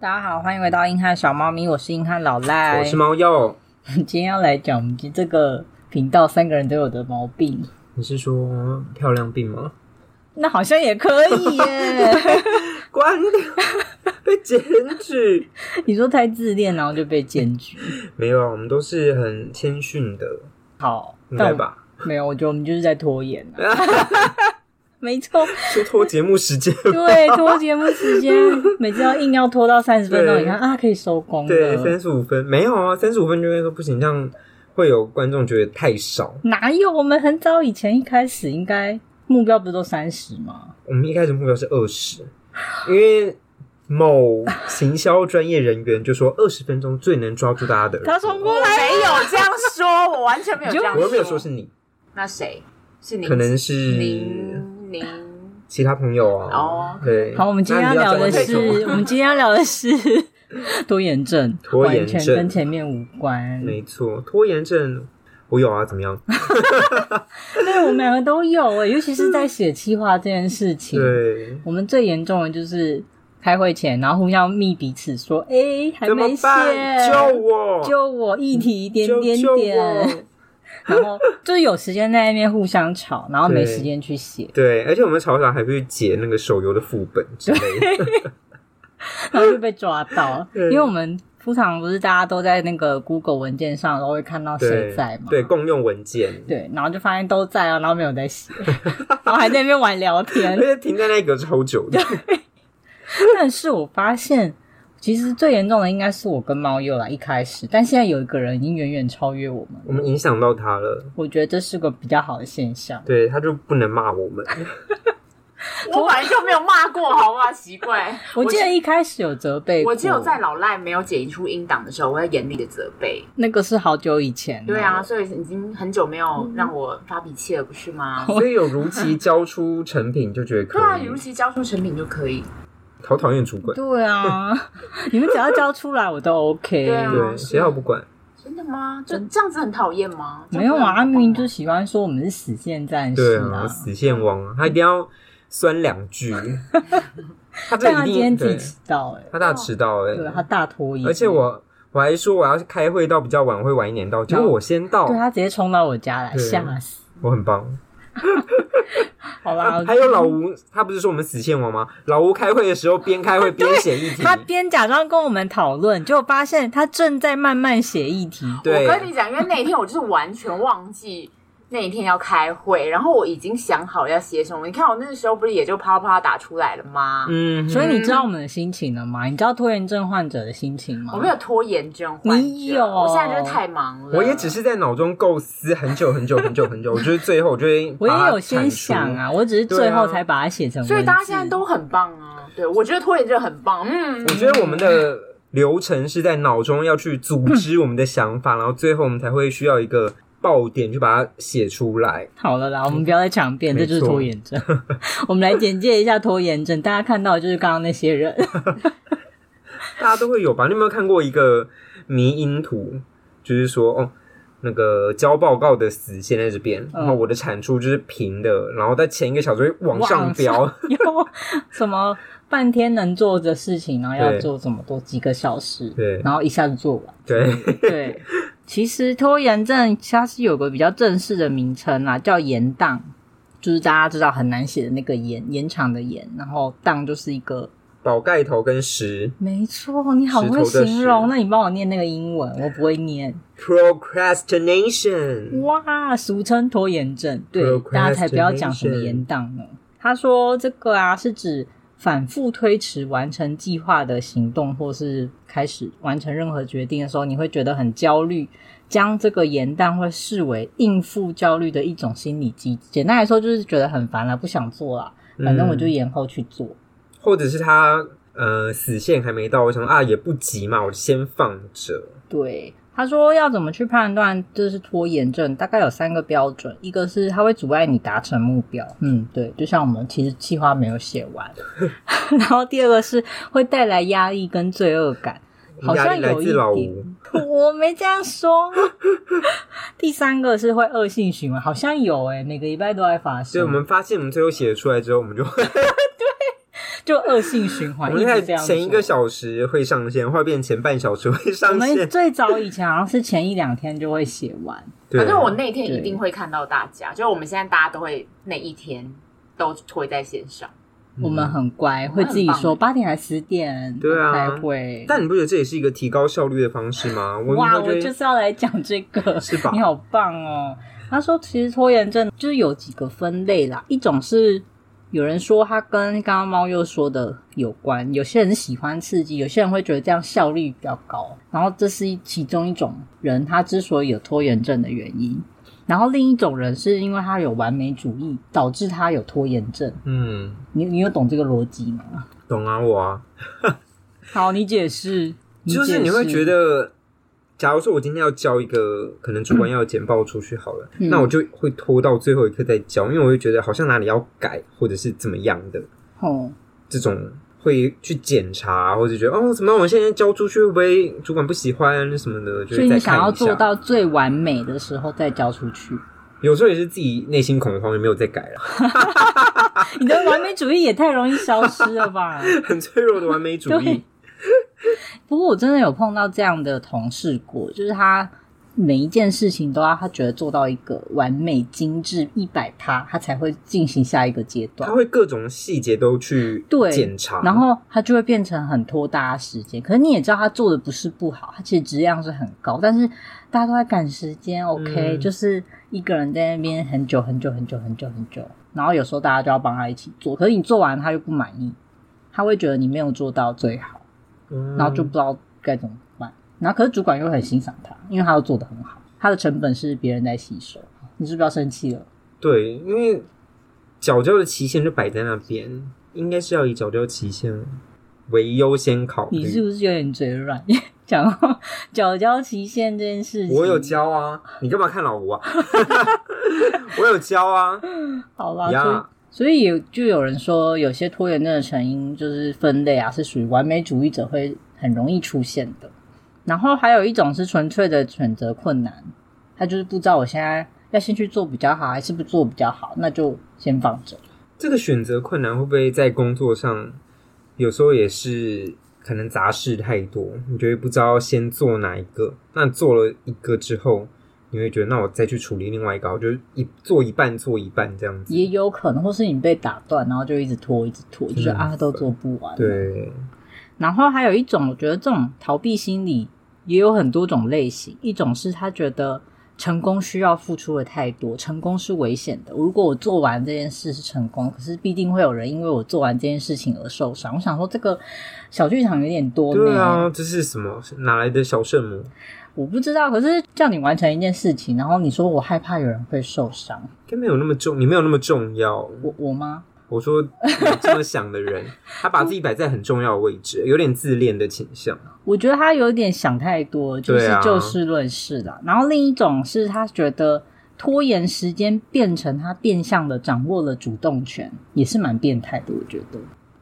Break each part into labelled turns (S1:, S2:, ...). S1: 大家好，欢迎回到硬汉小猫咪，我是硬汉老赖。
S2: 我是猫药，
S1: 今天要来讲我们这个频道三个人都有的毛病，
S2: 你是说漂亮病吗？
S1: 那好像也可以耶。
S2: 关掉，被检举。
S1: 你说太自恋，然后就被检举。
S2: 没有啊，我们都是很谦逊的，
S1: 好，
S2: 应
S1: 但
S2: 该
S1: 我
S2: 吧？
S1: 没有，我觉得我们就是在拖延、啊。 没错，，
S2: 是拖节目时间
S1: 对，拖节目时间，每次要硬要拖到三十分钟，
S2: 对
S1: 你看啊，可以收工
S2: 对，
S1: 了
S2: 三。十五分没有啊，三十五分就会说不行，这样会有观众觉得太少。
S1: 哪有？我们很早以前一开始应该目标不是都三十吗？
S2: 我们一开始目标是 二十，因为某行销专业人员就说二十分钟最能抓住大家的耳朵。
S1: 他冲过
S3: 我
S1: 来，
S3: 没有这样说，我完全没有这样
S2: 我又没有说是你，
S3: 那谁是您，
S2: 可能是
S3: 您您
S2: 其他朋友啊。
S3: 哦
S2: 对。
S1: 好，我们今天要聊的
S2: 那你
S1: 是
S2: 要讲完，
S1: 我们今天要聊的 是拖延症，
S2: 拖延
S1: 完全
S2: 症
S1: 跟前面无关。
S2: 没错，拖延症我有啊，怎 么样？
S1: 对，我们两个都有诶、尤其是在写企划这件事情，
S2: 对，
S1: 我们最严重的就是开会前，然后互相密彼此说：“哎、还
S2: 怎么
S1: 没写，
S2: 办？救我！
S1: 救我一题一点
S2: 救
S1: 点
S2: 救
S1: 点。
S2: 我！
S1: 然后就是有时间在那边互相吵，然后没
S2: 对
S1: 时间去写，
S2: 对，而且我们吵吵还会去解那个手游的副本之类 的。
S1: 然后就被抓到，
S2: 对
S1: 因为我们。通常不是大家都在那个 Google 文件上都会看到谁
S2: 对
S1: 在吗？
S2: 对，共用文件，
S1: 对，然后就发现都在啊，然后没有在写， 然后还在那边玩聊天
S2: 而。且停在那个超久的。
S1: 但是我发现，其实最严重的应该是我跟猫鼬啦，一开始，但现在有一个人已经远远超越我们，
S2: 我们影响到他了，
S1: 我觉得这是个比较好的现象。
S2: 对，他就不能 骂我们。
S3: 我本来就没有骂过，好不好？奇怪，
S1: 我记得一开始有责备过，
S3: 我只有在老赖没有解除音档的时候，我会严厉的责备。
S1: 那个是好久以前，
S3: 对啊，，所以已经很久没有让我发脾气了，不是吗？
S2: 所以有如期交出成品，就觉得可
S3: 对啊，
S2: 以
S3: 如。期交出成品就可以。
S2: 好讨厌主管，
S1: 对啊， 你们只要交出来我都 OK。
S3: 对啊
S2: 对，谁要不管？
S3: 真的吗？就这样子很讨厌吗？
S1: 没有啊，阿明
S3: 明
S1: 就喜欢说我们是死线战
S2: 对
S1: 士
S2: 啊，
S1: 啊，
S2: 死线王啊，他一定要酸两 句。他这
S1: 但他
S2: 一
S1: 今
S2: 定
S1: 天自己
S2: 对，
S1: 迟到哎、
S2: 他大迟到哎、
S1: 对他大拖延，
S2: 而且我我还说我要开会到比较晚，会晚一点到，结果我先到
S1: 对，啊他直接冲到我家来，
S2: 对
S1: 吓死！
S2: 我很棒。啊
S1: 好啦，
S2: 还有老吴，他不是说我们死线王吗？老吴开会的时候边开 会边写议题，
S1: 他边假装跟我们讨论，结果发现他正在慢慢写议题。
S2: 对
S3: 我跟你讲，因为那一天我就是完全忘记那一天要开会，然后我已经想好要写什么。你看我那时候不是也就啪啪打出来了吗？
S2: 嗯，
S1: 所以你知道我们的心情了吗？你知道拖延症患者的心情吗？
S3: 我没有拖延症患者，
S1: 你有
S3: 我现在就是太忙了。
S2: 我也只是在脑中构思很久很久很久很久，我觉得最后我就会
S1: 我
S2: 把它
S1: 也有先
S2: 产出
S1: 想，啊，我只是最后才把它写成文字。
S3: 啊所以大家现在都很棒啊。对，我觉得拖延症很棒。嗯，
S2: 我觉得我们的。流程是在脑中要去组织我们的想法，然后最后我们才会需要一个爆点去把它写出来。
S1: 好了啦，我们不要再强辩，这
S2: 没错
S1: 就是拖延症。 我们来简介一下拖延症，大家看到的就是刚刚那些人，
S2: 大家都会有吧？你有没有看过一个迷因图？就是说，哦，那个交报告的死线在这边，然后我的产出就是平的，然后在前一个小时会往上飙。
S1: 有什么半天能做的事情，然后要
S2: 对
S1: 做这么多几个小时，
S2: 对
S1: 然后一下子做完。
S2: 对，
S1: 对，其实拖延症它是有个比较正式的名称啦，叫延宕，就是大家知道很难写的那个延延长的延，然后宕就是一个。
S2: 宝盖头跟石
S1: 没错，你好会
S2: 石头的
S1: 形容，
S2: 石
S1: 那你帮我念那个英文，我不会念。
S2: procrastination，
S1: 哇，俗称拖延症，对，大家才不要讲什么延宕呢。他说这个啊，是指反复推迟完成计划的行动，或是开始完成任何决定的时候，你会觉得很焦虑，将这个延宕会视为应付焦虑的一种心理机制。简单来说，就是觉得很烦了，不想做了，反正我就
S2: 嗯
S1: 延后去做。
S2: 或者是他呃死线还没到，我想啊也不急嘛，我就先放着。
S1: 对，他说要怎么去判断这是拖延症，大概有三个标准，一个是它会阻碍你达成目标，嗯，对，就像我们其实计划没有写 完，然后第二个是会带来压力跟罪恶感，好
S2: 压
S1: 像
S2: 力来
S1: 有一
S2: 自老
S1: 点
S2: 吴，，
S1: 我没这样说。 第三个是会恶性循环，好像有诶、每个礼拜都在发
S2: 所以我
S1: 生，
S2: 们发现我们最后写出来之后，我们就会
S1: 就恶性循环。
S2: 我
S1: 啊
S2: 们
S1: 一
S2: 在
S1: 直这样
S2: 前一个
S1: 做
S2: 小时会上线，后来变前半小时会
S1: 我
S2: 上
S1: 们
S2: 线。
S1: 最早以前好像是前一两天就会写完，
S2: 对，
S3: 反正我那天一定会看到大家，就是我们现在大家都会那一天都会在线上。
S1: 我们很乖，会自己说八点还十点
S2: 嗯对啊
S1: 开会。
S2: 但你不觉得这也是一个提高效率的方 式吗？我
S1: 哇，
S2: 以后
S1: 我
S2: 会
S1: 就是要来讲这个，
S2: 是吧
S1: 你好棒哦！他说，其实拖延症就是有几个分类啦，一种是有人说它跟刚刚猫又说的有关，有些人喜欢刺激，有些人会觉得这样效率比较高，然后这是一其中一种人他之所以有拖延症的原因。然后另一种人是因为他有完美主义，导致他有拖延症。
S2: 嗯，
S1: 你你有懂这个逻辑吗？
S2: 懂啊，我啊，
S1: 好，你解释。
S2: 就是你会
S1: 解释
S2: 觉得，假如说我今天要交一个可能主管要简报出去好了，
S1: 嗯
S2: 那我就会拖到最后一刻再交，因为我会觉得好像哪里要改或者是怎么样的
S1: 哦，
S2: 这种。会去检查，或者觉得哦，怎么我现在交出去会不会主管不喜欢什么的，就
S1: 所
S2: 是
S1: 以
S2: 再
S1: 你
S2: 看
S1: 想
S2: 一下。
S1: 要做到最完美的时候再交出去，
S2: 有时候也是自己内心恐慌，也没有再改 了，
S1: 你的完美主义也太容易消失了吧？
S2: 很脆弱的完美主义
S1: 对。不过我真的有碰到这样的同事过，就是他每一件事情都要他觉得做到一个完美、精致、一百趴，他才会进行下一个阶段
S2: 他。会各种细节都去
S1: 对
S2: 检查，
S1: 然后他就会变成很拖大家时间。可是你也知道，他做的不是不好，他其实质量是很高，但是大家都在赶时间，OK，、
S2: 嗯
S1: 就是一个人在那边很久很久很久很久很久，然后有时候大家就要帮他一起做，可是你做完他又不满意，他会觉得你没有做到最好，
S2: 嗯
S1: 然后就不知道该怎么办。然后可是主管又很欣赏他，因为他又做的很好，他的成本是别人在吸收。你是不是要生气了？
S2: 对，因为缴交的期限就摆在那边，应该是要以缴交期限为优先考
S1: 你是
S2: 虑。
S1: 不是有点嘴软？ 讲到缴交期限这件事情，
S2: 我有交啊，你干嘛看老吴啊？ 我有交啊，
S1: 好啦，
S2: 呀
S1: 所以所以也就有人说，有些拖延症的成因就是分类啊，是属于完美主义者会很容易出现的。然后还有一种是纯粹的选择困难，他就是不知道我现在要先去做比较好，还是不做比较好，那就先放着。
S2: 这个选择困难会不会在工作上有时候也是可能杂事太多，你就会不知道先做哪一个？那做了一个之后，你会觉得那我再去处理另外一个，我就一做一半做一半这样子。
S1: 也有可能，或是你被打断，然后就一直拖，一直拖，就觉得
S2: 嗯
S1: 啊都做不完。。
S2: 对，
S1: 然后还有一种，我觉得这种逃避心理也有很多种类型。一种是他觉得成功需要付出的太多，成功是危险的。如果我做完这件事是成功，可是必定会有人因为我做完这件事情而受伤。我想说，这个小剧场有点多呢。
S2: 对啊，这是什么？哪来的小圣母？
S1: 我不知道。可是叫你完成一件事情，然后你说我害怕有人会受伤，
S2: 应该没有那么重，你没有那么重要。
S1: 我我吗？
S2: 我说 有这么想的人，他把自己摆在很重要的位置，有点自恋的倾向。
S1: 我觉得他有点想太多，就是
S2: 对啊
S1: 就事论事啦。然后另一种是他觉得拖延时间变成他变相的掌握了主动权，也是蛮变态的。我觉得，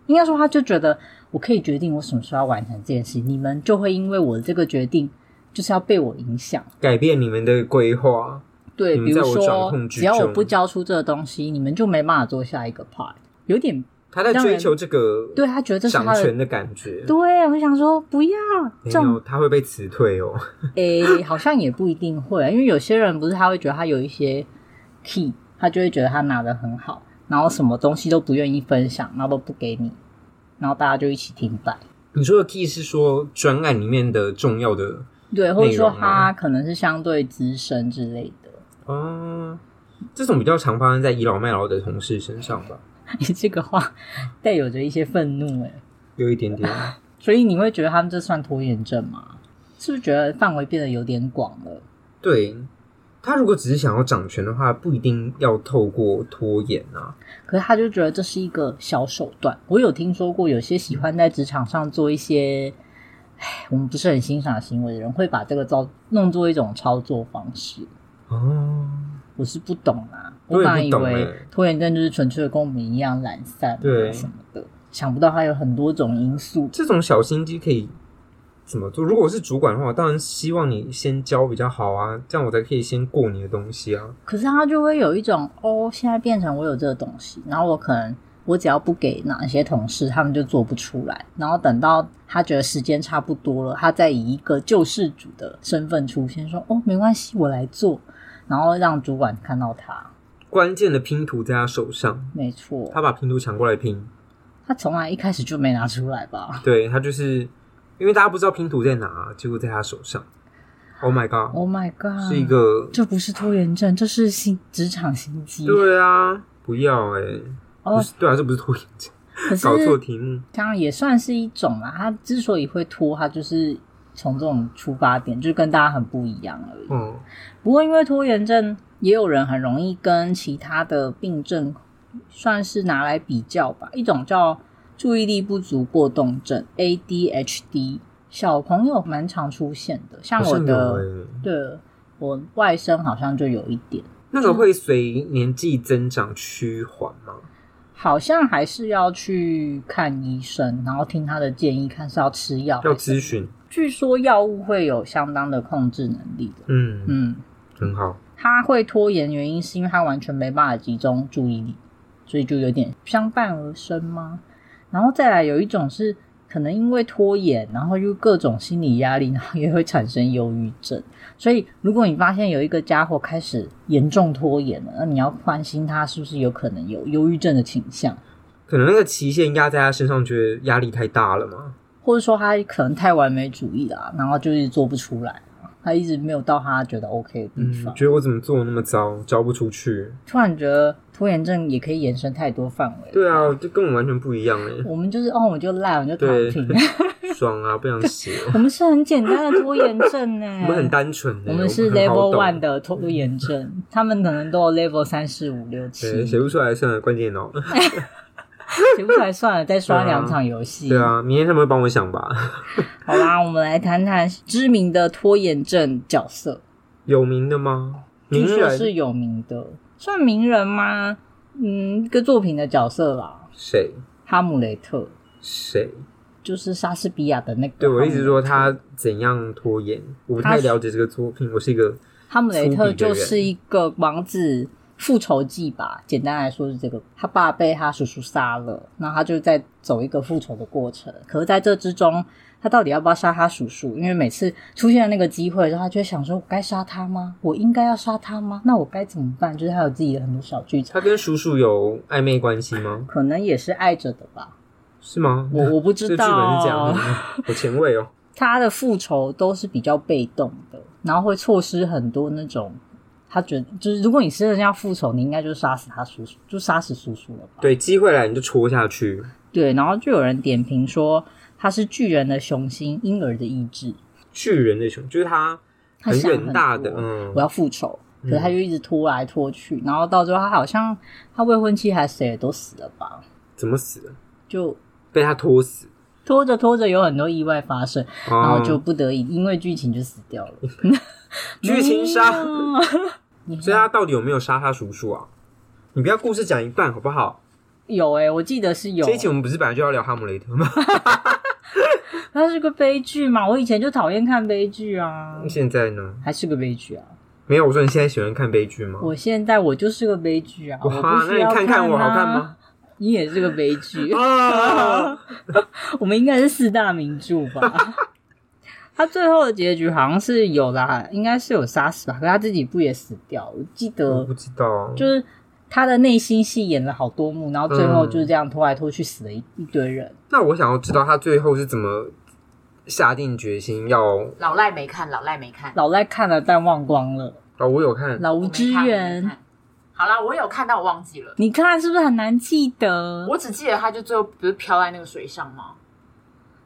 S1: 应该说他就觉得我可以决定我什么时候要完成这件事，你们就会因为我这个决定就是要被我影响。
S2: 改变你们的规划，
S1: 对，
S2: 你们
S1: 比如
S2: 在我掌控
S1: 说
S2: 之
S1: 只要我
S2: 中
S1: 不交出这个东西，你们就没办法做下一个 part，有点
S2: 他在
S1: 让人
S2: 追求这个
S1: 对他觉得这是
S2: 掌
S1: 他的
S2: 权。的感觉。
S1: 对，我想说不要
S2: 没
S1: 这种
S2: 有，他会被辞退哦。
S1: 诶、好像也不一定会，啊因为有些人不是他会觉得他有一些 key，他就会觉得他拿的很好，然后什么东西都不愿意分享，然后都不给你，然后大家就一起停摆。
S2: 你说的 key 是说专案里面的重要的
S1: 对，或者说
S2: 内
S1: 他
S2: 容吗
S1: 可能是相对资深之类的。
S2: 哦，这种比较常发生在倚老卖老的同事身上吧，
S1: 你这个话带有着一些愤怒诶、
S2: 有一点 点。
S1: 所以你会觉得他们这算拖延症吗？是不是觉得范围变得有点广了？
S2: 对他如果只是想要掌权的话，不一定要透过拖延啊。
S1: 可是他就觉得这是一个小手段。我有听说过，有些喜欢在职场上做一些，唉，我们不是很欣赏的行为的人，会把这个造弄作一种操作方式。
S2: 哦，
S1: 我是不懂啦，
S2: 我
S1: 我
S2: 也
S1: 本来
S2: 不
S1: 以
S2: 懂
S1: 为
S2: 欸
S1: 拖延症就是纯粹跟我们一样懒散啊
S2: 对
S1: 什么的，想不到还有很多种因素。
S2: 这种小心机可以怎么做？如果我是主管的话，我当然希望你先教比较好啊，这样我才可以先过你的东西啊。
S1: 可是他就会有一种哦，现在变成我有这个东西，然后我可能我只要不给哪些同事，他们就做不出来。然后等到他觉得时间差不多了，他再以一个救世主的身份出现，说：“哦，没关系，我来做。”然后让主管看到他。
S2: 关键的拼图在他手上，
S1: 没错，
S2: 他把拼图抢过来拼。
S1: 他从来一开始就没拿出来吧？
S2: 对他就是因为大家不知道拼图在哪，结果在他手上。Oh my god！
S1: Oh my god！
S2: 是一个
S1: 这不是拖延症，这是心职场心机。
S2: 对啊，不要哎、欸
S1: 哦
S2: 不是对啊，这不是拖延症，
S1: 可是
S2: 搞错题目。
S1: 当然也算是一种啦。他之所以会拖，他就是从这种出发点，就是跟大家很不一样而已。
S2: 嗯，
S1: 不过因为拖延症，也有人很容易跟其他的病症算是拿来比较吧。一种叫注意力不足过动症 （ADHD），小朋友蛮常出现的，像
S2: 好
S1: 我
S2: 像有
S1: 的。
S2: 欸
S1: 对我外甥好像就有一点，
S2: 那
S1: 嗯
S2: 种会随年纪增长趋缓吗？
S1: 好像还是要去看医生，然后听他的建议，看是要吃药。
S2: 要咨。询，
S1: 据说药物会有相当的控制能力的。
S2: 嗯，
S1: 嗯，
S2: 很好。
S1: 他会拖延原因是因为他完全没办法集中注意力，所以就有点相伴而生吗？然后再来有一种是可能因为拖延，然后又各种心理压力，然后也会产生忧郁症。所以如果你发现有一个家伙开始严重拖延了，那你要关心他是不是有可能有忧郁症的倾向，
S2: 可能那个期限压在他身上，觉得压力太大了嘛。
S1: 或者说他可能太完美主义啦，然后就是做不出来。他一直没有到他觉得 OK 的地
S2: 嗯
S1: 方，，
S2: 觉得我怎么做那么糟，交不出去。
S1: 突然觉得拖延症也可以延伸太多范围了。
S2: 对啊，就跟我完全不一样哎，
S1: 我们就是哦，我就烂，我就躺
S2: 对
S1: 平。
S2: 爽啊，不想写。，
S1: 我们是很简单的拖延症呢
S2: 我们 很单纯的，
S1: 我们是
S2: 很好
S1: level
S2: 懂
S1: one 的拖延症，他们可能都有 level 三四五六七，
S2: 对，写不出来算了，关键哦脑。
S1: 嗯写不出来算了，再刷两场游戏。
S2: 对，啊，明天他们会帮我想吧。
S1: 好啦，我们来谈谈知名的拖延症角色，
S2: 有名的吗？名
S1: 据说
S2: 人
S1: 是有名的，算名人吗？嗯，一个作品的角色啦，
S2: 谁？
S1: 哈姆雷特
S2: 谁？
S1: 就是莎士比亚的那个。
S2: 对我一直说他怎样拖延，我不太了解这个作品。我是一个
S1: 哈姆雷特就
S2: 粗鄙的
S1: 是
S2: 人
S1: 一个王子复仇记吧，简单来说是这个。他爸被他叔叔杀了，那他就在走一个复仇的过程。可是在这之中，他到底要不要杀他叔叔？因为每次出现了那个机会的时候，他就会想说：我该杀他吗？我应该要杀他吗？那我该怎么办？就是他有自己的很多小剧场，
S2: 他跟叔叔有暧昧关系吗？
S1: 可能也是爱着的吧。
S2: 是吗？
S1: 我我不知
S2: 这剧本是这样
S1: 道啊
S2: 的，，好前 卫哦。
S1: 他的复仇都是比较被动的，然后会错失很多那种他觉得就是，如果你是真的要复仇，你应该就杀死他叔叔，就杀死叔叔了吧？
S2: 对，机会来你就戳下去，
S1: 对，然后就有人点评说他是巨人的雄心，婴儿的意志，
S2: 巨人的熊就是他
S1: 他想
S2: 远大的，
S1: 多
S2: 嗯
S1: 我，要复仇，可是
S2: 嗯
S1: 他就一直拖来拖去，然后到最后他好像他未婚妻还是谁都死了吧？
S2: 怎么死的？
S1: 就
S2: 被他拖死，嗯
S1: 拖着拖着有很多意外发生，
S2: 然
S1: 然后就不得已因为剧情就死掉了。
S2: 剧情杀。
S1: 嗯你
S2: 所以他到底有没有杀他叔叔啊？你不要故事讲一半好不好？
S1: 有哎、我记得是有
S2: 这一期我们不是本来就要聊哈姆雷特吗？
S1: 它是个悲剧嘛，我以前就讨厌看悲剧啊，
S2: 现在呢？
S1: 还是个悲剧啊。
S2: 没有，我说你现在喜欢看悲剧吗？
S1: 我现在我就是个悲剧啊，我
S2: 哇，
S1: 不
S2: 那
S1: 需
S2: 你
S1: 要
S2: 看
S1: 看
S2: 我好
S1: 啊
S2: 看吗？？
S1: 你也是个悲 剧，
S2: 啊，
S1: 我们应该是四大名著吧。 他最后的结局好像是有啦，应该是有杀死吧，可他自己不也死掉？我记
S2: 我
S1: 得
S2: 不知道，
S1: 就是他的内心戏演了好多幕，然后最
S2: 嗯
S1: 后就是这样拖来拖去死了一一堆人。
S2: 那我想要知道他最后是怎么下定决心要
S3: 老赖没看，老赖没看，
S1: 老赖看了但忘光了，
S2: 哦，我有看，
S1: 老
S3: 我
S1: 无
S3: 没
S1: 知
S3: 看我没
S1: 源，
S3: 看好啦，我有看到，我忘记了。
S1: 你看是不是很难记得？
S3: 我只记得他就最后不是飘在那个水上吗？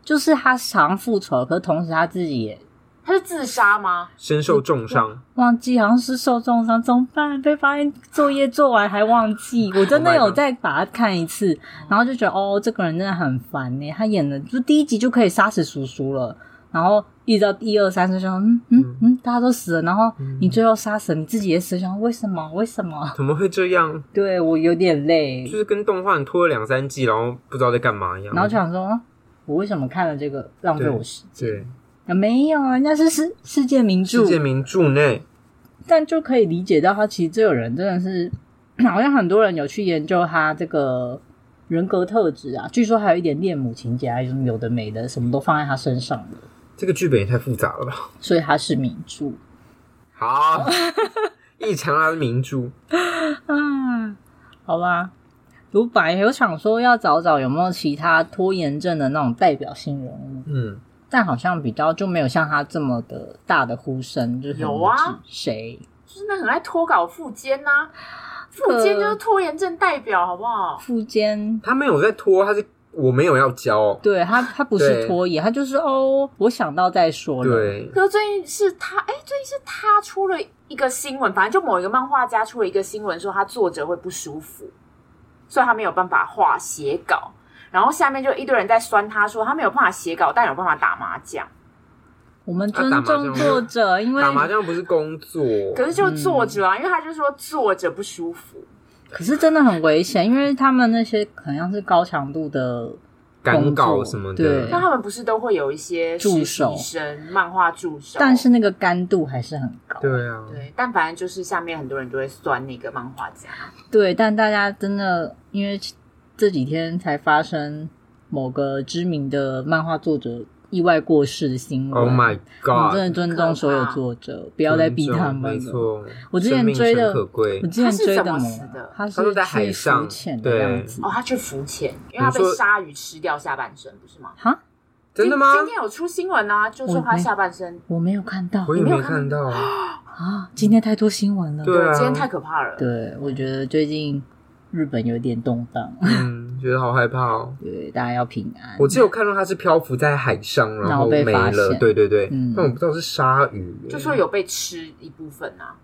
S1: 就是他常复仇，可是同时他自己也
S3: 他是自杀吗？
S2: 身受重伤，
S1: 忘记，好像是受重伤，怎么办？被发现作业做完还忘记，我真的
S2: Oh my
S1: 有
S2: God
S1: 再把它看一次，然后就觉得哦，这个人真的很烦呢、他演的就第一集就可以杀死叔叔了，然后一直到一二三四，想嗯嗯嗯，大家都死了，然后
S2: 嗯
S1: 你最后杀死了你自己也死了，想为什么？为什么？
S2: 怎么会这样？
S1: 对我有点累
S2: 就，是跟动画拖了两三季，然后不知道在干嘛一样。
S1: 然后就想说，嗯我为什么看了这个浪费
S2: 对
S1: 我时间？
S2: 对
S1: 啊没有，人家是世世界名著，
S2: 世界名著内，
S1: 但就可以 理解到他其实这个人真的是，好像很多人有去研究他这个人格特质啊，据说还有一点恋母情节啊，有的没的，什么都放在他身上的，
S2: 这个剧本也太复杂了吧？
S1: 所以他是名著。
S2: 好，异常啊，名著
S1: 啊，好吧。我本来有想说要找找有没有其他拖延症的那种代表性人物，
S2: 嗯，
S1: 但好像比较就没有像他这么的大的呼声，就是
S3: 有啊
S1: 谁
S3: 就是那很爱脱稿附肩呐、附肩
S1: 呃
S3: 就是拖延症代表，好不好？
S1: 富坚，
S2: 他没有在拖，他是我没有要教，
S1: 对他他不是
S2: 对
S1: 拖延，他就是哦，我想到再说了，
S2: 对，
S3: 可是最近是他，哎、最近是他出了一个新闻，反正就某一个漫画家出了一个新闻，说他作者会不舒服，所以他没有办法画写稿。然后下面就一堆人在酸他说他没有办法写稿，但有办法打麻将。
S1: 我们
S2: 啊打
S1: 尊
S2: 麻
S1: 重
S2: 将
S1: 作者，因为
S2: 打麻将不是工作，
S3: 可是就是作者
S1: 嗯
S3: 啊，因为他就说作者不舒服，
S1: 可是真的很危险，因为他们那些好像是高强度的
S2: 赶
S1: 工作
S2: 稿什么
S1: 对
S2: 的，
S3: 那他们不是都会有一些
S1: 助
S3: 实
S1: 手
S3: 习生、漫画助手？
S1: 但是那个干度还是很高。
S2: 对啊，
S3: 对，但反正就是下面很多人都会酸那个漫画家，
S1: 对但大家真的因为这几天才发生某个知名的漫画作者意外过世的新闻。
S2: ，Oh my
S1: 我们真
S2: God，
S1: 的尊重所有作者，不要再逼他们
S2: 没
S1: 了。
S2: 错，
S1: 我之前
S2: 生命
S1: 追的
S2: 诚可贵
S1: 我，之前追
S3: 他
S1: 的
S3: 是怎么死的
S1: 他是
S2: 他是在海
S1: 去
S2: 上
S1: 浮潜的
S2: 对
S1: 样子
S3: 哦，。他去浮潜，因为他被
S2: 嗯你说
S3: 鲨鱼吃掉下半身，不是吗？
S1: 哈，
S2: 真的吗
S3: 今？今天有出新闻啊，就说
S1: 我
S3: 他
S1: 没
S3: 下半身，
S1: 我没有看到
S2: 我也
S3: 没有
S2: 没
S3: 看
S2: 看到啊，
S1: 啊！今天太多新闻了。
S2: 对啊
S3: 今天太可怕了。
S1: 对，我觉得最近日本有点动荡，
S2: 嗯，觉得好害怕哦。
S1: 对，大家要平安。
S2: 我只有看到它是漂浮在海上，
S1: 然后
S2: 后
S1: 被
S2: 没
S1: 发
S2: 了
S1: 现。
S2: 对对对，
S1: 嗯
S2: 但我不知道是鲨鱼。
S3: 就说，有被吃一部分啊，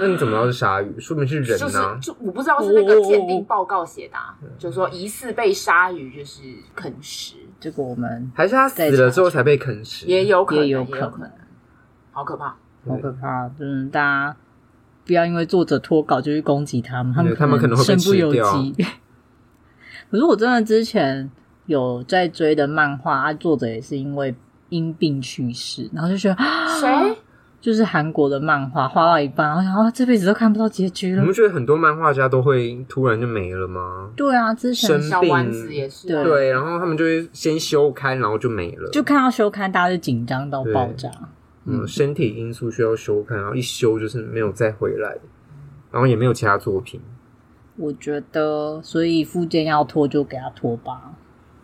S2: 那你怎么知道是鲨鱼？说明是人啊
S3: 就是
S2: 呐。
S3: 就我不知道是那个
S1: 哦
S3: 鉴定报告写的、
S2: 嗯
S3: 啊，就说疑似被鲨鱼就是啃食，
S1: 结果我们
S2: 还是它死了之后才被啃食？
S3: 也有可能，
S1: 也
S3: 也
S1: 有
S3: 有
S1: 可
S3: 可
S1: 能
S3: 能，好可怕。
S1: 好可怕，就是大家不要因为作者脱稿就去攻击他们，
S2: 对他们可能会被
S1: 身不由
S2: 吃掉
S1: 己。 可是我真的之前有在追的漫画，啊，作者也是因为因病去世，然后就觉得啊
S3: 谁？
S1: 就是韩国的漫画画到一半，然后想啊这辈子都看不到结局
S2: 你
S1: 了
S2: 们。觉得很多漫画家都会突然就没了吗？
S1: 对啊，之前
S2: 生
S3: 小丸子也是
S1: 对
S3: 啊，
S2: 对，然后他们就会先修刊，然后就没了。
S1: 就看到休刊，大家就紧张到爆炸。
S2: 嗯，身体因素需要修刊，然后一修就是没有再回来，然后也没有其他作品。嗯
S1: 我觉得，所以附件要拖就给他拖吧，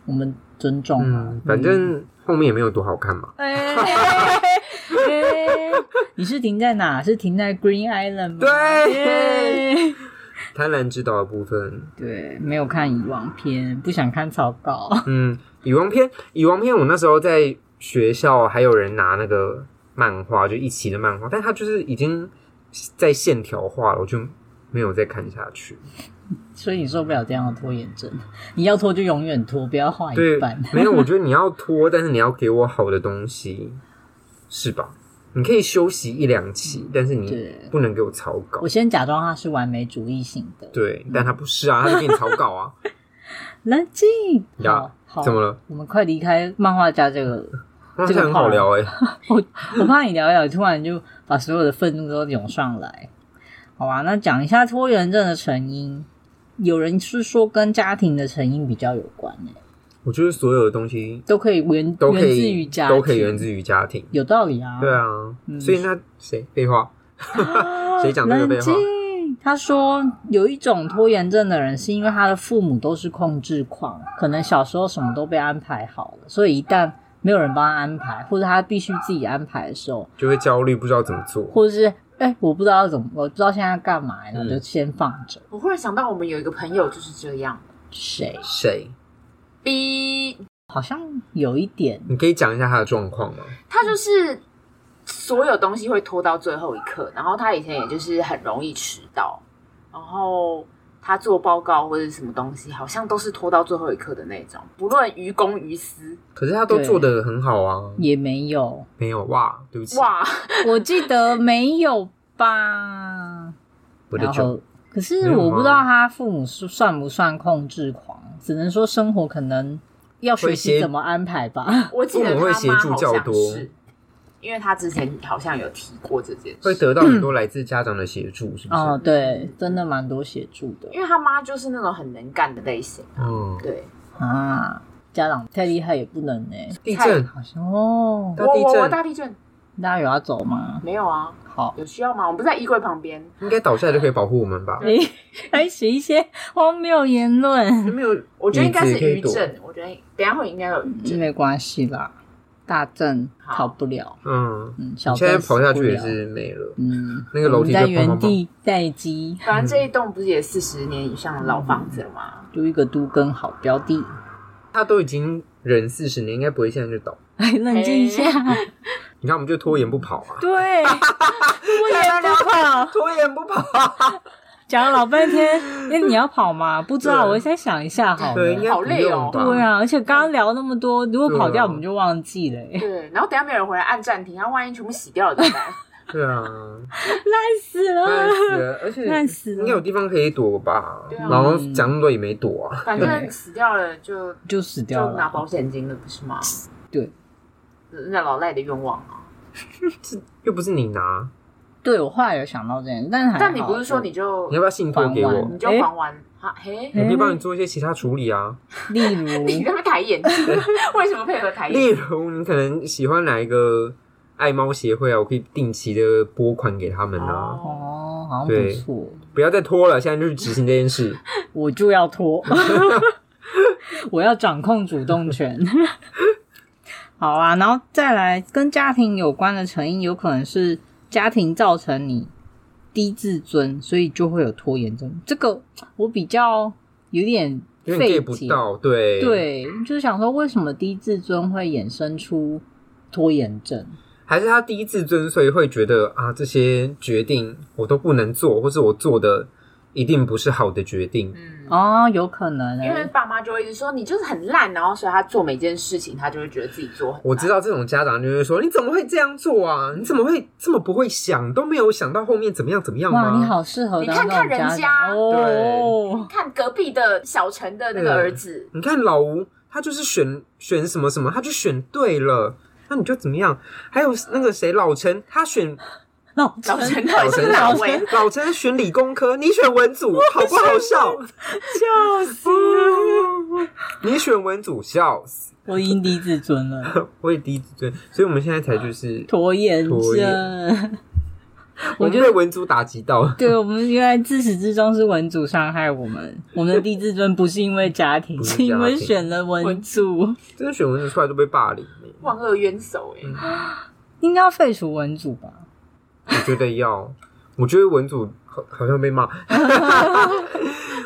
S1: 我们尊重啊。
S2: 嗯，反正后面也没有多好看嘛。
S1: 哎、 哎你是停在哪？是停在 Green Island 吗？
S2: 对
S1: 耶
S2: 贪婪之岛的部分，
S1: 对，没有看遗忘篇，不想看草稿。
S2: 嗯，蚁王篇，蚁王篇，我那时候在学校还有人拿那个漫画，就一期的漫画，但它就是已经在线条化了，我就没有再看下去。
S1: 所以你受不了这样的拖延症，你要拖就永远拖，不要画一
S2: 对
S1: 半。，
S2: 没有，我觉得你要拖，但是你要给我好的东西，是吧？你可以休息一两期，但是你
S1: 对
S2: 不能给我草稿
S1: 我。先假装他是完美主义型的，
S2: 对，但他不是啊，他就给你草稿啊。
S1: 冷静。
S2: 呀
S1: 好， 好，啊
S2: 怎么了？
S1: 我们快离开漫画家这个
S2: 那
S1: 这
S2: 这
S1: 个
S2: 很好聊哎、
S1: 我我怕你聊一聊，突然就把所有的愤怒都涌上来。好吧，那讲一下拖延症的成因。有人是说跟家庭的成因比较有关、欸，
S2: 我觉得所有的东西
S1: 都可以源
S2: 都可
S1: 源自于
S2: 以
S1: 家庭，
S2: 都可以源自于家庭。
S1: 有道理啊。
S2: 对啊，
S1: 嗯
S2: 所以那谁 废话？
S1: 啊，
S2: 谁讲这个废
S1: 冷
S2: 话
S1: 静。他说，有一种拖延症的人，是因为他的父母都是控制狂，可能小时候什么都被安排好了，所以一旦没有人帮他安排，或者他必须自己安排的时候，
S2: 就会焦虑，不知道怎么做。
S1: 或者是哎、我不知道要怎么，我不知道现在要干嘛，
S2: 嗯
S1: 然后就先放着。
S3: 我忽然想到，我们有一个朋友就是这样。
S1: 谁
S2: 谁？
S3: B，
S1: 好像有一点，
S2: 你可以讲一下他的状况吗？
S3: 他就是所有东西会拖到最后一刻，然后他以前也就是很容易迟到，然后他做报告或者什么东西，好像都是拖到最后一刻的那种，不论于公于私。
S2: 可是他都
S1: 对
S2: 做的很好啊，
S1: 也没有，
S2: 没有哇，对不起，
S3: 哇，
S1: 我记得没有吧。
S2: 我的
S1: 然
S2: 酒，
S1: 后，可是
S2: 没有吗
S1: 我不知道他父母是算不算控制狂，只能说生活可能要学
S2: 会
S1: 习
S2: 协
S1: 怎么安排吧。
S3: 我记得
S2: 父母会
S3: 他
S2: 协
S3: 妈
S2: 助
S3: 好
S2: 较
S3: 像
S2: 多
S3: 是，因为他之前好像有提过这件
S2: 会
S3: 事，
S2: 得到很多来自家长的协助，是不是？
S1: 哦，对，真的蛮多协助的
S3: 因为他妈就是那种很能干的类型，
S2: 嗯，
S3: 对，
S1: 啊。家长太厉害也不能呢、
S2: 地震
S1: 好像哦，
S2: 大
S3: 我
S2: 地震
S3: 我我大地震
S1: 大家有要走吗？
S3: 没有啊，
S1: 好，
S3: 有需要吗？我们不在衣柜旁边，
S2: 应该倒下来就可以保护我们吧？
S1: 诶，开始一些荒谬言 论，
S2: 没有，
S3: 我觉得应该是余
S2: 你自己可以
S3: 震，我觉得等一下会应该有余震，
S1: 没关系啦，大震逃不了，
S2: 嗯，
S1: 嗯，小
S2: 你现在
S1: 震
S2: 跑下去也
S1: 死不了，
S2: 是没了。
S1: 嗯，
S2: 那个楼梯
S1: 我们在
S2: 就砰砰
S1: 原
S2: 砰
S1: 地待机，
S3: 反正这一栋不是也四十年以上的老房子了吗？
S1: 就一个都跟好标的，
S2: 他都已经忍四十年，应该不会现在就倒。
S1: 来哎冷静一下，
S2: 你看，我们就拖延不跑啊，
S1: 对，不言不跑，
S2: 拖延不跑。 啊
S1: 讲了老半天，哎、你要跑吗？不知道，
S2: 对
S1: 我再想一下好
S2: 对，应
S1: 了。
S2: 该不用吧？
S1: 对啊，而且刚刚聊那么多，如果跑
S2: 对
S1: 掉
S2: 啊
S1: 我们就忘记了、欸，
S3: 对，然后等一下没有人回来按暂停，然后万一全部洗掉了怎么办？
S2: 对啊，
S1: 死
S2: 烂死
S1: 了，
S2: 了，而且
S1: 烂死了
S2: 应该有地方可以躲吧？
S3: 对啊
S2: 然后讲那么多也没躲啊。
S3: 反正死掉了就
S1: 就死掉
S3: 就拿
S1: 了。
S3: 保险金了，不是吗？
S1: 对，
S3: 那老赖的愿望啊。
S2: 又不是你拿，
S1: 对我后来有想到这件事，但是还
S3: 但你
S1: 好
S3: 不是说你就
S2: 你要不要信托给
S1: 还
S2: 我
S1: 完？
S3: 你就还完？哈嘿，
S2: 我可以帮你做一些其他处理啊，
S1: 例
S3: 你
S1: 如
S3: 在那边抬眼睛，为什么配合抬
S2: 例
S3: 眼？
S2: 如你可能喜欢哪一个爱猫协会啊，我可以定期的拨款给他们啊，
S3: 哦，
S1: 哦，好像不
S2: 对
S1: 错，
S2: 不要再拖了，现在就去执行这件事。
S1: 我就要拖， 我要掌控主动权。 好啊，然后再来跟家庭有关的成因，有可能是家庭造成你低自尊，所以就会有拖延症。这个我比较有点
S2: 因为你
S1: 费
S2: get 不
S1: 解，
S3: 欸
S2: 到，对，
S1: 对，就是想说为什么低自尊会衍生出拖延症？
S2: 还是他低自尊，所以会觉得啊，这些决定我都不能做，或是我做的一定不是好的决定。
S3: 嗯，
S1: 哦，有可能欸、
S3: 因为爸妈就会一直说你就是很烂，然后所以他做每件事情，他就会觉得自己做很烂。
S2: 我知道这种家长就会说：“你怎么会这样做啊？你怎么会这么不会想？都没有想到后面怎么样怎么样吗？”
S1: 哇，你好适合
S3: 你
S1: 当
S3: 看
S1: 那
S3: 看
S1: 种
S3: 人
S1: 家
S3: 家
S1: 长哦，
S3: 看隔壁的小陈的那个儿子，
S2: 你看老吴，他就是选选什么什么，他就选对了，那你就怎么样？还有那个谁，老陈，他 选
S1: 老
S3: 老
S1: 陈
S3: 陈到底是哪
S2: 老
S3: 位
S2: 陈？，老陈选理工科，你选 文组，好不好笑？
S1: 笑死！
S2: 你选文组，笑死！
S1: 我已经低自尊了，
S2: 我也第一次追，所以我们现在
S1: 啊
S2: 才就是，
S1: 拖延
S2: 拖
S1: 症。
S2: 我
S1: 我
S2: 们
S1: 觉
S2: 被
S1: 得，
S2: 文组打击到，
S1: 对我们原来自始至终是文组伤害我们，我们的低自尊不是因为家庭，
S2: 不是
S1: 是因为
S2: 家庭
S1: 选了文组，
S2: 真的选文组出来都被霸凌了。
S3: 万恶冤首哎、
S1: 应该要废除文组吧？
S2: 我觉得要，我觉得文组好好像被骂。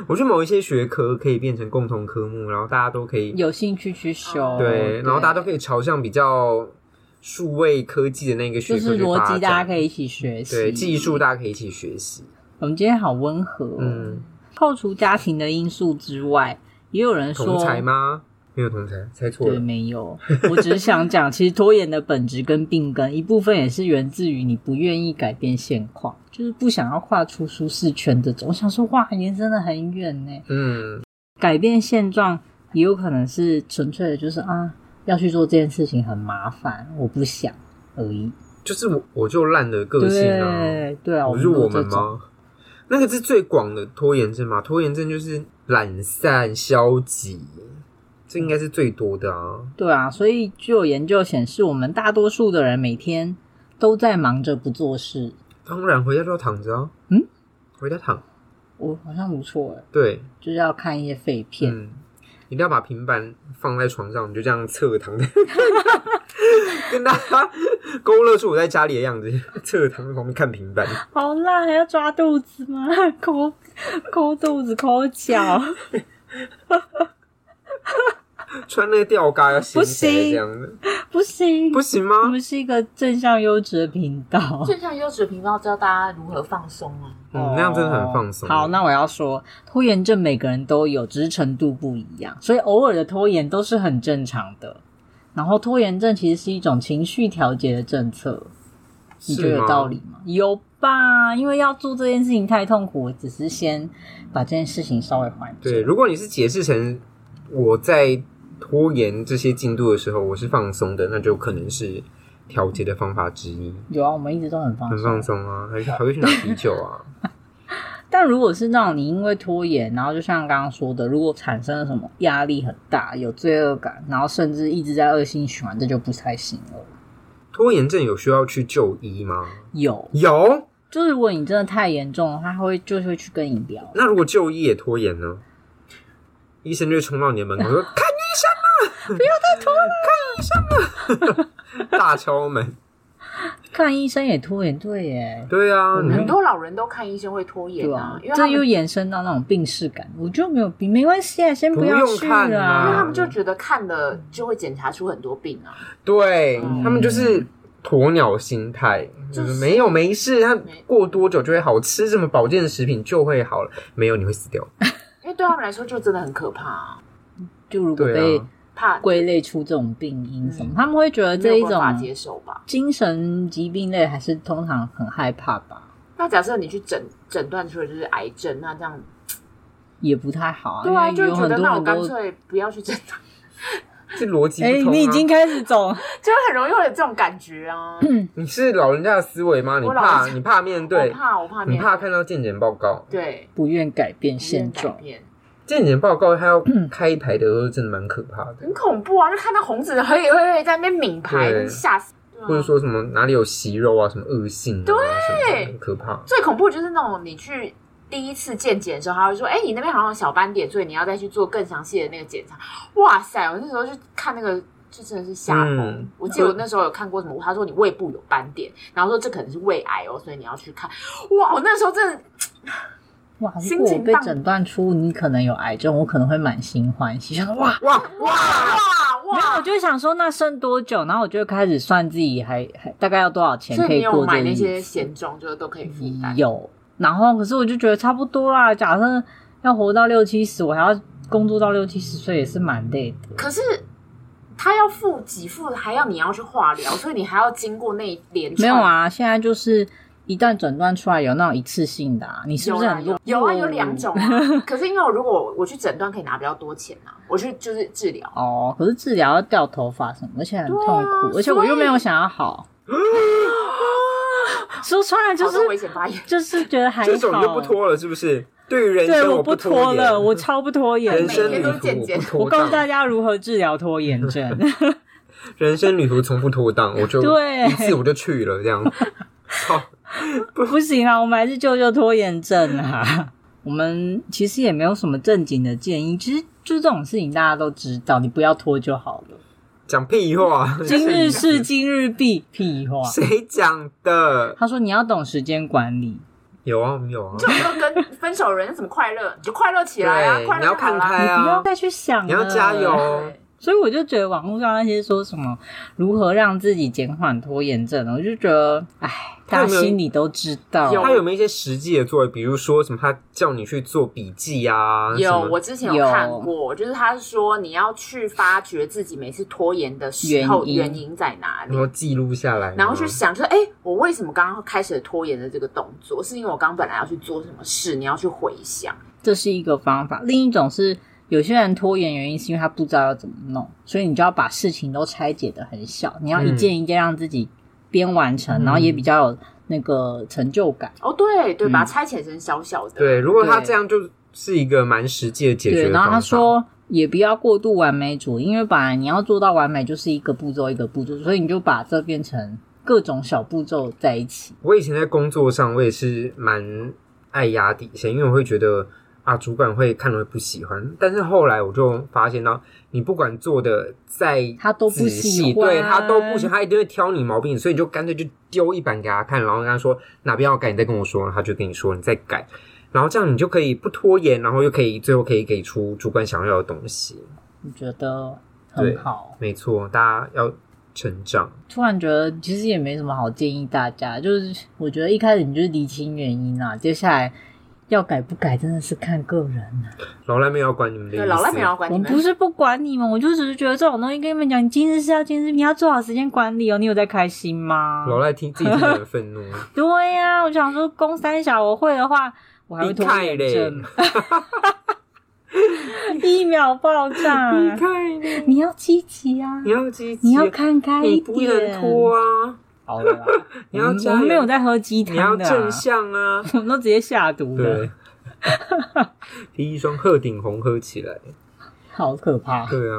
S2: 我觉得某一些学科可以变成共同科目，然后大家都可以
S1: 有哦兴趣去修，
S2: 对，然后大家都可以朝向比较数位科技的那个学
S1: 就
S2: 科
S1: 是
S2: 去
S1: 逻
S2: 发
S1: 辑，大家
S2: 展。
S1: 可以一起学习，
S2: 对技术，大家可以一起学习。
S1: 我们今天好温和、哦，
S2: 嗯，
S1: 扣除家庭的因素之外，也有人说
S2: 同才吗？没有同才，猜错
S1: 对，
S2: 了。
S1: 没有，我只是想讲，其实拖延的本质跟病根一部分也是源自于你不愿意改变现况，就是不想要跨出舒适圈这种。我想说，哇，延伸的很远呢。
S2: 嗯，
S1: 改变现状也有可能是纯粹的，就是啊，要去做这件事情很麻烦，我不想而已。
S2: 就是我我就烂的个性啊，
S1: 对对啊，
S2: 不是我
S1: 都
S2: 们
S1: 这种？
S2: 吗？那个是最广的拖延症嘛？拖延症就是懒散、消极，这应该是最多的啊。
S1: 对啊，所以就有研究显示，我们大多数的人每天都在忙着不做事。
S2: 当然回家就要躺着啊，
S1: 嗯，
S2: 回家躺，
S1: 我好像不错哎，
S2: 对，
S1: 就是要看一些废片。
S2: 嗯，一定要把平板放在床上，你就这样侧躺在， 跟大家勾勒出我在家里的样子，侧躺在旁边看平板。
S1: 好辣，还要抓肚子吗？ 抠抠肚子，抠脚，
S2: 穿那个吊嘎要掀起来
S1: 不行
S2: 这样子，
S1: 不行，啊
S2: 不行
S1: 我
S2: 吗？
S1: 们是一个正向优质的频道。
S3: 正向优质频道教大家如何放松啊。
S2: 嗯，那样真的很放松。
S1: 哦好，那我要说，拖延症每个人都有，只是程度不一样，所以偶尔的拖延都是很正常的。然后，拖延症其实是一种情绪调节的政策，你觉得
S2: 是吗
S1: 有道理。吗？有吧，因为要做这件事情太痛苦，我只是先把这件事情稍微缓解。
S2: 对，如果你是解释成我在拖延这些进度的时候，我是放松的，那就可能是调节的方法之一，
S1: 有啊，我们一直都很放
S2: 很
S1: 松。
S2: 放松啊， 还还会去拿啤酒 啊，
S1: 但如果是那种你因为拖延，然后就像刚刚说的，如果产生了什么压力很大，有罪恶感，然后甚至一直在恶性循环，这就不太行了。
S2: 拖延症有需要去就医吗？
S1: 有，
S2: 有。
S1: 就是如果你真的太严重了，他会就会去跟你聊。
S2: 那如果就医也拖延呢？医生就会冲到你的门 口说：“看医生啊，不要再拖了，看医生啊！” 大敲门。
S1: 看医生也拖延，对耶，
S2: 对啊，
S1: 嗯
S2: 你
S3: 很多老人都看医生会拖延
S1: 对
S3: 啊
S1: 啊，
S3: 因，为他
S1: 这
S3: 们
S1: 又延伸到那种病视感，我就没有病，没关系啊，先
S2: 不
S1: 要
S2: 用
S1: 去
S2: 看
S3: 因为
S2: 啊
S1: 啦。
S3: 他们就觉得看了就会检查出很多病啊。
S2: 对、
S3: 嗯
S2: 他们就是鸵鸟心态，
S3: 就
S2: 就是是没有没事，他
S3: 没
S2: 过多久就会好，吃什么保健食品就会好了，没有你会死掉。
S3: 因为对他们来说就真的很可怕、啊，
S1: 就如果
S2: 对
S1: 被
S2: 啊，
S3: 怕
S1: 归类出这种病因什么，
S3: 嗯
S1: 他们会觉得这一
S3: 没有办
S1: 种
S3: 法接受吧？
S1: 精神疾病类还是通常很害怕吧，
S3: 那假设你去诊诊断出来就是癌症，那这样
S1: 也不太好、啊。
S3: 对啊，
S1: 因
S3: 就
S1: 为有
S3: 会觉
S1: 很
S3: 得
S1: 多
S3: 那我
S1: 很
S3: 干
S1: 多。
S3: 脆不要去诊断，
S2: 这逻辑不
S1: 哎、
S2: 通啊
S1: 你已经开始走，
S3: 就会很容易会有这种感觉 啊。
S2: 你是老人家的思维吗？你
S3: 我老
S2: 怕
S3: 人家
S2: 你怕面
S3: 我
S2: 对，
S3: 怕，我怕
S2: 你
S3: 面
S2: 怕看到健检报告，
S3: 对
S1: 不愿改变
S3: 不愿
S1: 现
S3: 改
S1: 状。
S3: 变，
S2: 健检报告它要
S3: 嗯
S2: 开一排的时候真的蛮可怕的，
S3: 很恐怖啊！就看到红纸 黑黑黑在那边抿牌，
S2: 对
S3: 吓死。对啊
S2: 或者说什么哪里有息肉啊，什么恶性、啊，对，
S3: 对
S2: 很可怕。
S3: 最恐怖的就是那种你去第一次健检的时候，他会说：“哎、你那边好像有小斑点，所以你要再去做更详细的那个检查。”哇塞！我那时候去看那个，就真的是吓疯。
S2: 嗯
S3: 我记得我那时候有看过什么，他说你胃部有斑点，然后说这可能是胃癌哦，所以你要去看。哇！我那时候真的
S1: 哇，
S3: 心
S1: 如果我
S3: 情
S1: 被
S3: 荡
S1: 诊断出你可能有癌症，我可能会满心欢喜，想说哇，
S2: 哇哇！
S3: 哇
S1: 没有，我
S3: 哇！
S1: 就想说那剩多久，然后我就开始算自己还还大概要多少钱
S3: 所
S1: 可
S3: 以你有
S1: 过这
S3: 买那
S1: 日子
S3: 些险种，就是都可以负担。
S1: 有，然后可是我就觉得差不多啦。假设要活到六七十，我还要工作到六七十岁，也是蛮累的。
S3: 可是他要付给付，还要你要去化疗，所以你还要经过那一连
S1: 没
S3: 串。
S1: 有啊，现在就是一旦诊断出来有那种一次性的、啊，你是
S3: 有
S1: 不是
S3: 啦
S1: 很哦
S3: 有
S1: 弱？
S3: 有啊，有两种 啊。可是因为我如果我去诊断，可以拿比较多钱啊，我去就是治疗。
S1: 哦。可是治疗要掉头发什么，而且很痛苦，
S3: 对啊
S1: 而且我又没
S3: 所
S1: 有
S3: 以
S1: 想要好。说穿了就
S3: 好
S1: 是
S3: 多危险发言，
S1: 就是觉得还好。
S2: 这种你就不拖了，是不是？对于人
S1: 对，
S2: 生
S1: 我
S2: 不
S1: 拖了，
S2: 延
S1: 我超不拖延的。
S2: 人生
S3: 每
S2: 旅途
S3: 天都健
S2: 我
S3: 检
S2: 不
S1: 我
S2: 拖
S1: 告诉大
S2: 档，
S1: 家如何治疗拖延症。
S2: 人生旅途从不拖 档，我就
S1: 对
S2: 一次我就去了 这样。好，
S1: 不行啊，我们还是救救拖延症啊。我们其实也没有什么正经的建议，其实就这种事情大家都知道，你不要拖就好了。
S2: 讲屁话，
S1: 今日事今日毕，屁话。
S2: 谁讲的？
S1: 他说你要懂时间管理，
S2: 有啊，我们有啊。
S3: 就没有跟分手人怎么快乐，你就快乐起来啊，
S2: 对
S3: 快乐
S2: 你要
S3: 就好
S2: 看
S3: 啦。
S1: 你
S2: 开
S1: 不要
S2: 啊，
S1: 再去想了。
S2: 你要加油哦。
S1: 所以我就觉得网络上那些说什么如何让自己减缓拖延症，我就觉得，哎，
S2: 他
S1: 大
S2: 有
S1: 家
S2: 没有
S1: 心里都知道。
S3: 有
S2: 他有没有一些实际的作为？比如说什么，他叫你去做笔记啊，什
S3: 有，
S2: 么
S3: 我之前有看过，就是他说你要去发掘自己每次拖延的时候
S1: 原因
S3: 原因在哪里
S2: 然后，记录下来，
S3: 然后去想，就是哎、诶我为什么刚刚开始拖延的这个动作，是因为我刚本来要去做什么事，你要去回想。
S1: 这是一个方法。另一种是有些人拖延原因是因为他不知道要怎么弄，所以你就要把事情都拆解的很小，你要一件一件让自己边完成，
S2: 嗯
S1: 然后也比较有那个成就感。
S3: 哦，对对，
S1: 嗯
S3: 把它拆解成小小的，
S2: 对，，如果他
S1: 对
S2: 这样就是一个蛮实际的解决
S1: 对，
S2: 的
S1: 然后他
S2: 方法
S1: 说也不要过度完美主义，因为本来你要做到完美就是一个步骤一个步骤，所以你就把这变成各种小步骤在一起。
S2: 我以前在工作上，我也是蛮爱压底线，因为我会觉得啊，主管会看了会不喜欢。但是后来我就发现到，你不管做的再
S1: 他都不
S2: 仔
S1: 喜
S2: 细，
S1: 欢
S2: 对他都不行，他一定会挑你毛病，所以你就干脆就丢一版给他看，然后跟他说哪边要改，你再跟我说，然后他就跟你说你再改，然后这样你就可以不拖延，然后又可以最后可以给出主管想要的东西。
S1: 我觉得
S2: 对
S1: 很好。
S2: 没错，大家要成长。
S1: 突然觉得其实也没什么好建议大家，就是我觉得一开始你就是理清原因啊，接下来要改不改真的是看个人啊、
S2: 老赖没有要管你们的意
S3: 对，
S2: 思，
S3: 老赖没有要管
S1: 我
S3: 你
S1: 们
S3: 们，
S1: 不是不管你们，我就只是觉得这种东西跟你们讲，你今日事要今日，你要做好时间管理哦。你有在开心吗？
S2: 老赖听自己听得很愤怒。
S1: 对呀、我想说攻三小我会的话，我还会
S2: 你
S1: 拖
S2: 太
S1: 延
S2: 嘞
S1: 症。 一秒爆炸
S2: 你！看，
S1: 你要积极啊！
S2: 你要积极，
S1: 你要看开一
S2: 你不能
S1: 点。
S2: 拖啊，
S1: 好了啦，
S2: 你要
S1: 我们
S2: 加
S1: 我们没
S2: 油
S1: 有在喝鸡
S2: 你
S1: 汤
S2: 要
S1: 的、啊
S2: 正，向啊。
S1: 我们都直接下毒
S2: 对
S1: 的，，
S2: 第一双鹤顶红喝起来，
S1: 好可怕！
S2: 对啊，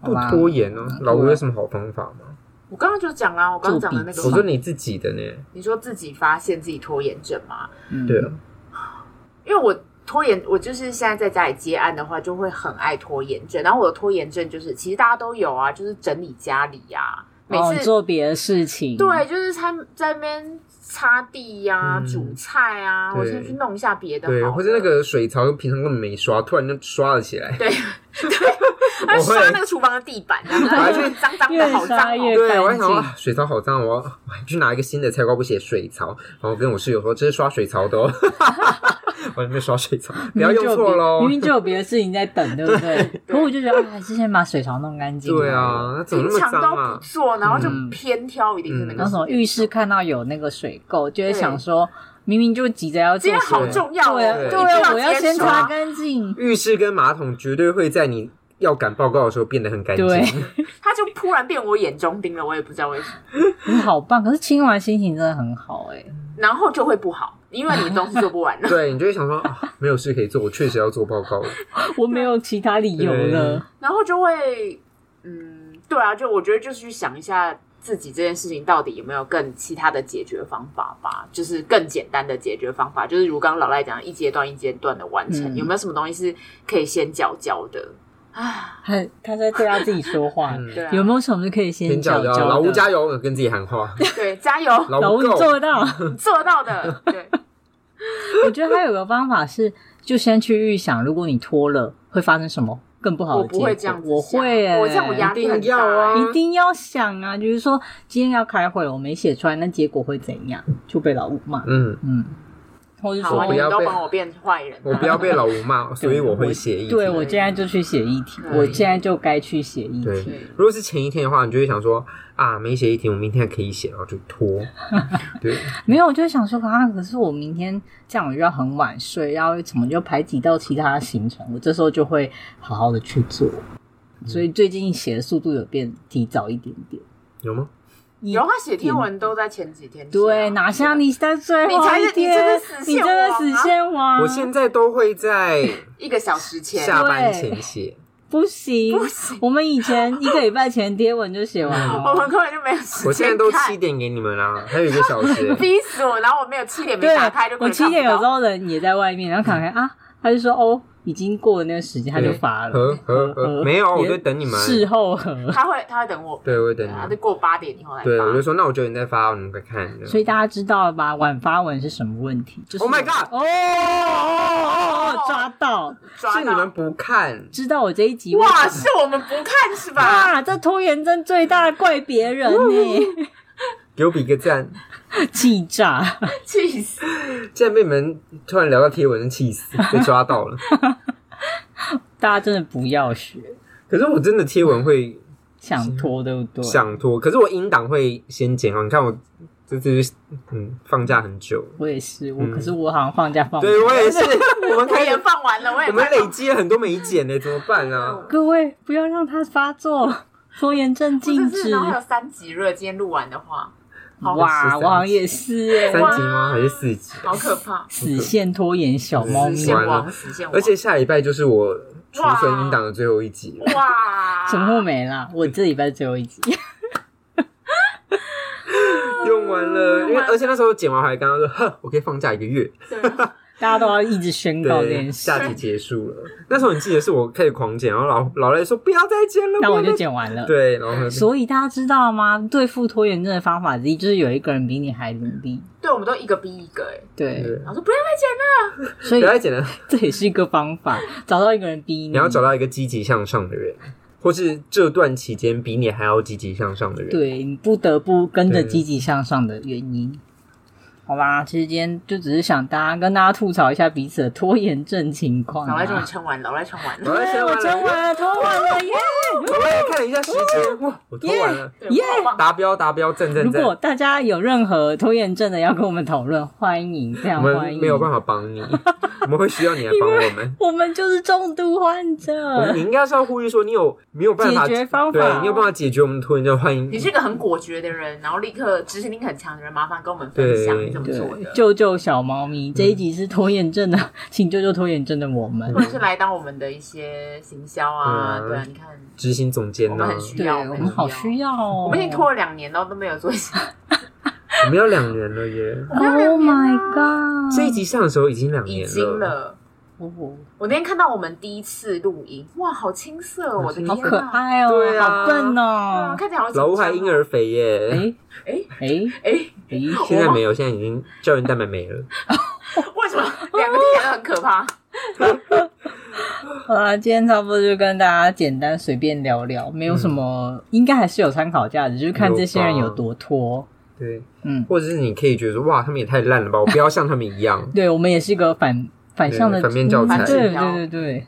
S1: 好
S2: 不
S1: 吧
S2: 拖延啊。老吴
S1: 对
S2: 有什么好方法吗？
S3: 我刚刚就讲啊啦，我刚刚讲的那个
S1: 做
S2: 我
S1: 笔记
S2: 说
S3: 方，
S2: 你自己的呢，
S3: 你说自己发现自己拖延症吗？
S1: 嗯
S2: 对啊，
S3: 因为我拖延，我就是现在在家里接案的话，就会很爱拖延症。然后我的拖延症就是，其实大家都有啊，就是整理家里呀、每
S1: 哦，
S3: 次、
S1: 做别的事情，
S3: 对，就是他们在那边擦地呀、
S2: 嗯
S3: 煮菜啊，
S2: 对
S3: 我先去弄一下别的好了，
S2: 对，啊或者那个水槽平常根本没刷，突然就刷了起来，
S3: 对对，他
S2: 我
S3: 刷
S2: 会
S3: 哎那个厨房的地板，然后就是脏脏的，
S1: 越
S3: 好脏
S1: 刷
S3: 哦
S1: 越。
S2: 对，
S1: 干
S2: 我还想
S1: 净
S2: 说啊水槽好脏，我要 我还去拿一个新的菜瓜布写水槽，然后跟我室友说这是刷水槽的哦， 我还没刷水槽，不
S1: 明
S2: 要
S1: 明就
S2: 用
S1: 有别，
S2: 错 喽
S1: 明。明就有别的事情在等，对不 对？可我就觉得啊，还是先把水槽弄干净。
S2: 对，啊，嗯那怎么
S3: 平
S2: 那么
S3: 常
S2: 脏
S3: 都不
S2: 啊？
S3: 做，然后就
S1: 嗯
S3: 偏挑，一定是那
S1: 然
S3: 个
S1: 后什么浴室看到有那个水垢，就会想说，明明就急着要
S3: 今
S1: 做
S3: 天
S1: 水，
S3: 好重要哦，
S1: 对啊，对
S2: 对
S3: 一定
S1: 啊，我要
S3: 先
S1: 先
S3: 刷
S1: 擦干净。
S2: 浴室跟马桶绝对会在你要赶报告的时候变得很干净。
S1: 对，
S3: 他就突然变我眼中钉了，我也不知道为什么，
S1: 你嗯好棒！可是清完心情真的很好哎、
S3: 然后就会不好，因为你东西做不完 了。
S2: 对，你就会想说啊，没有事可以做，我确实要做报告了。
S1: 我没有其他理由了。
S3: 然后就会，嗯，对啊，就我觉得就是去想一下自己这件事情到底有没有更其他的解决方法吧，就是更简单的解决方法，就是如刚刚老赖讲，一阶段一阶段的完成，
S1: 嗯
S3: 有没有什么东西是可以先交交的啊？
S1: 他他在对他自己说话，
S2: 嗯
S3: 对 啊，
S1: 有没有什么可以
S2: 先
S1: 先
S2: 叫
S1: 教
S2: 叫
S1: 教的
S2: 老吴加油，跟自己喊话，
S3: 对，加油，
S1: 老
S2: 老吴
S1: 吴你
S2: 够
S1: 做，得到。
S3: 你做得 到的，对，
S1: 我觉得还有个方法是，就先去预想，如果你拖了，会发生什么更不好的
S3: 我
S1: 结果。
S3: 不会这样子想，
S1: 我会、欸，
S3: 我这样我压力很
S2: 一定要
S3: 大、
S2: 啊
S1: 一定要想啊，就是说今天要开会了，我没写出来，那结果会怎样？就被老吴骂，
S2: 嗯，
S1: 嗯，或者
S3: 好
S1: 说
S3: 啊，
S2: 我不
S3: 你
S2: 要
S3: 们都
S2: 被
S3: 帮我变坏人，啊
S2: 我不要被老吴骂，所以我会写一
S1: 对
S2: 篇
S1: 我现在就去写议题，
S3: 对
S1: 我现在就该去写议
S2: 对
S1: 题。，
S2: 如果是前一天的话，你就会想说啊，没写一题，我明天还可以写，然后就 拖。对，
S1: 没有，我就想说啊，可是我明天这样我就要很晚睡，要怎么就排挤到其他的行程？我这时候就会好好的去做。
S2: 嗯
S1: 所以最近写的速度有变提早一点点。
S2: 有吗？
S3: 有他写天文都在前几天写啊，
S1: 对，哪像你在最
S3: 你
S1: 后
S3: 才是
S1: 一
S3: 你真的
S1: 天
S3: 死，
S1: 你
S3: 线
S1: 真的
S3: 王
S1: 死
S3: 啊
S1: 线王。
S2: 我现在都会在
S3: 一个小时前
S2: 下班前写，
S1: 不行，
S3: 不行
S1: 我们以前一个礼拜前贴文就写完
S3: 我
S1: 了，
S3: 们根本就没有时间看。。
S2: 我现在都七点给你们啦，还有一个小时
S3: 逼死我，然后我没有七点没
S1: 对啊
S3: 打开就，可
S1: 我
S3: 能
S1: 七点
S3: 看
S1: 有时
S3: 不到
S1: 候人也在外面，然后看
S2: 嗯
S1: 看啊，他就说哦，已经过了那个时间， 他就发了。呃
S2: 和和和，嗯没有，我就等你们。嗯
S1: 事后和，
S3: 他会他会等我，
S2: 对，我会等你
S1: 啊
S3: 然后就
S2: 们。
S3: 过八点以后来发。
S2: 对，我就说，那我九点再发，你们快看。
S1: 所以大家知道了吧？晚发文是什么问题？就是
S2: Oh my god！Oh！
S1: 哦哦哦，抓到，
S3: 抓
S2: 是
S3: 到
S2: 你们不看，
S1: 知道我这一集
S3: 哇，是我们不看是吧？
S1: 啊，这拖延症最大怪别人呢，
S2: 给我比个赞。
S1: 气炸！
S3: 气死！
S2: 竟然被你们突然聊到贴文，气死，被抓到 了。
S1: 大家真的不要学，
S2: 可是我真的贴文会
S1: 想拖对不对？
S2: 想拖，可是我音档会先剪好。你看我这次嗯放假很久，
S1: 我也是，我、
S2: 嗯
S1: 可是我好像放假放不
S2: 对 我也是，我们
S3: 我
S2: 开
S3: 也
S2: 始
S3: 放完了，我也
S2: 我们
S3: 快
S2: 累积了很多没剪呢，怎么 办啊？
S1: 各位不要让它发作，拖延症
S3: 我真
S1: 禁
S3: 是
S1: 止。
S3: 然后还有三集热，今天录完的话，好
S1: 哇，我好像也是耶，
S2: 三
S1: 哇
S2: 集吗？还是四集？
S3: 好可怕！
S1: 死线拖延小猫
S3: 死
S1: 咪，
S3: 线
S1: 怎
S2: 完了
S3: 王，死线王，
S2: 而且下礼拜就是我储存音档的最后一集了。
S3: 哇，
S1: 么会没啦？我这礼拜最后一集，
S2: 用完了，因为而且那时候剪完还刚刚说，呵，我可以放假一 个月，
S3: 对
S1: 大家都要一直宣告这
S2: 对，
S1: 件事，
S2: 下集结束了。那时候你记得是我开始狂剪，然后老老赖说不要再剪了，
S1: 那我
S2: 不要
S1: 就
S2: 再。
S1: 剪完了。
S2: 对，然后
S1: 所以大家知道吗？对付拖延症的方法之一就是有一个人比你还努力。
S3: 对，我们都一个逼一个哎。
S1: 对，
S2: 对
S3: 然后说不要再剪了，
S1: 所以
S2: 不要再剪了，
S1: 这也是一个方法，找到一个人逼你。
S2: 你要找到一个积极向上的人，或是这段期间比你还要积极向上的人。
S1: 对你不得不跟着
S2: 对
S1: 积极向上的原因。好吧，其实今天就只是想大家跟大家吐槽一下彼此的拖延症情况、
S3: 老
S1: 啊
S3: 赖。终于撑完，老赖撑完
S2: 老
S3: 了，
S2: 赖
S1: 哎
S2: 撑
S1: 我
S2: 完
S1: 真
S2: 了，
S1: 完了，拖完了耶！
S2: 我也看了一下时间，哇，我拖完了，
S3: 对
S1: 耶
S3: 我好棒
S2: 达标达标，赞赞
S1: 如
S2: 赞！
S1: 果大家有任何拖延症的要跟我们讨论，欢迎，非
S2: 我
S1: 常欢
S2: 们
S1: 迎。
S2: 没有办法帮你，我们会需要你来帮我们。
S1: 我们就是重度患
S2: 我们
S1: 者
S2: 你。应该是要呼吁说，你有没有办法
S1: 解决方法
S2: 对你有办法解决我们的拖延症？欢迎
S3: 你是一个很果决的人，然后立刻执行力很强的人，麻烦跟我们分
S2: 对
S3: 享你怎么
S1: 对
S3: 做的，，
S1: 救救小猫咪！这一集是拖延症的，请救救拖延症的我们
S3: 或。者是来当我们的一些行销啊，
S2: 嗯
S3: 对啊，你看，
S2: 执行总监
S3: 我
S2: 呢
S3: 们？很需
S1: 对，
S3: 要，
S1: 我们好需
S3: 要。
S1: 要哦。
S3: 我们已经拖了两年了，都没有做一些。
S2: 我们要两年了耶！
S1: Oh my god！
S2: 这一集上的时候已经两
S3: 已
S2: 年
S3: 经
S1: 哦
S3: 了。我那天看到我们第一次录音，哇，好青涩哦，我的天
S1: 好
S3: 啊
S1: 可爱哦，
S2: 对啊
S1: 好笨
S3: 对啊
S1: 哦。
S3: 看起来好紧张
S2: 老
S3: 哦
S2: 吴还婴儿肥耶，
S1: 哎
S3: 哎
S1: 哎
S3: 哎，
S1: 哎，
S2: 啊现在没有，现在已经胶原蛋白没了。
S3: 为什么两个听起来都很可怕？
S1: 好啦，今天差不多就跟大家简单随便聊聊，没有什么，
S2: 嗯
S1: 应该还是有参考价值，就是看这些人有多拖。
S2: 对，
S1: 嗯，。
S2: 或者是你可以觉得说，哇，他们也太烂了吧，我不要像他们一样
S1: 对，我们也是一个反反向的
S2: 对反面教材
S1: 嗯对对对
S3: 反
S1: 对。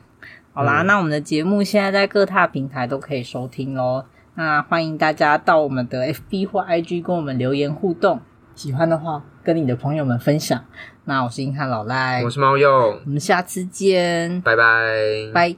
S1: 好啦，
S2: 嗯
S1: 那我们的节目现在在各大平台都可以收听哦。那欢迎大家到我们的 FB 或 IG 跟我们留言互动，喜欢的话跟你的朋友们分享。那我是硬汉老赖
S2: 我，是猫鼬，
S1: 我们下次见，
S2: 拜拜，
S1: 拜。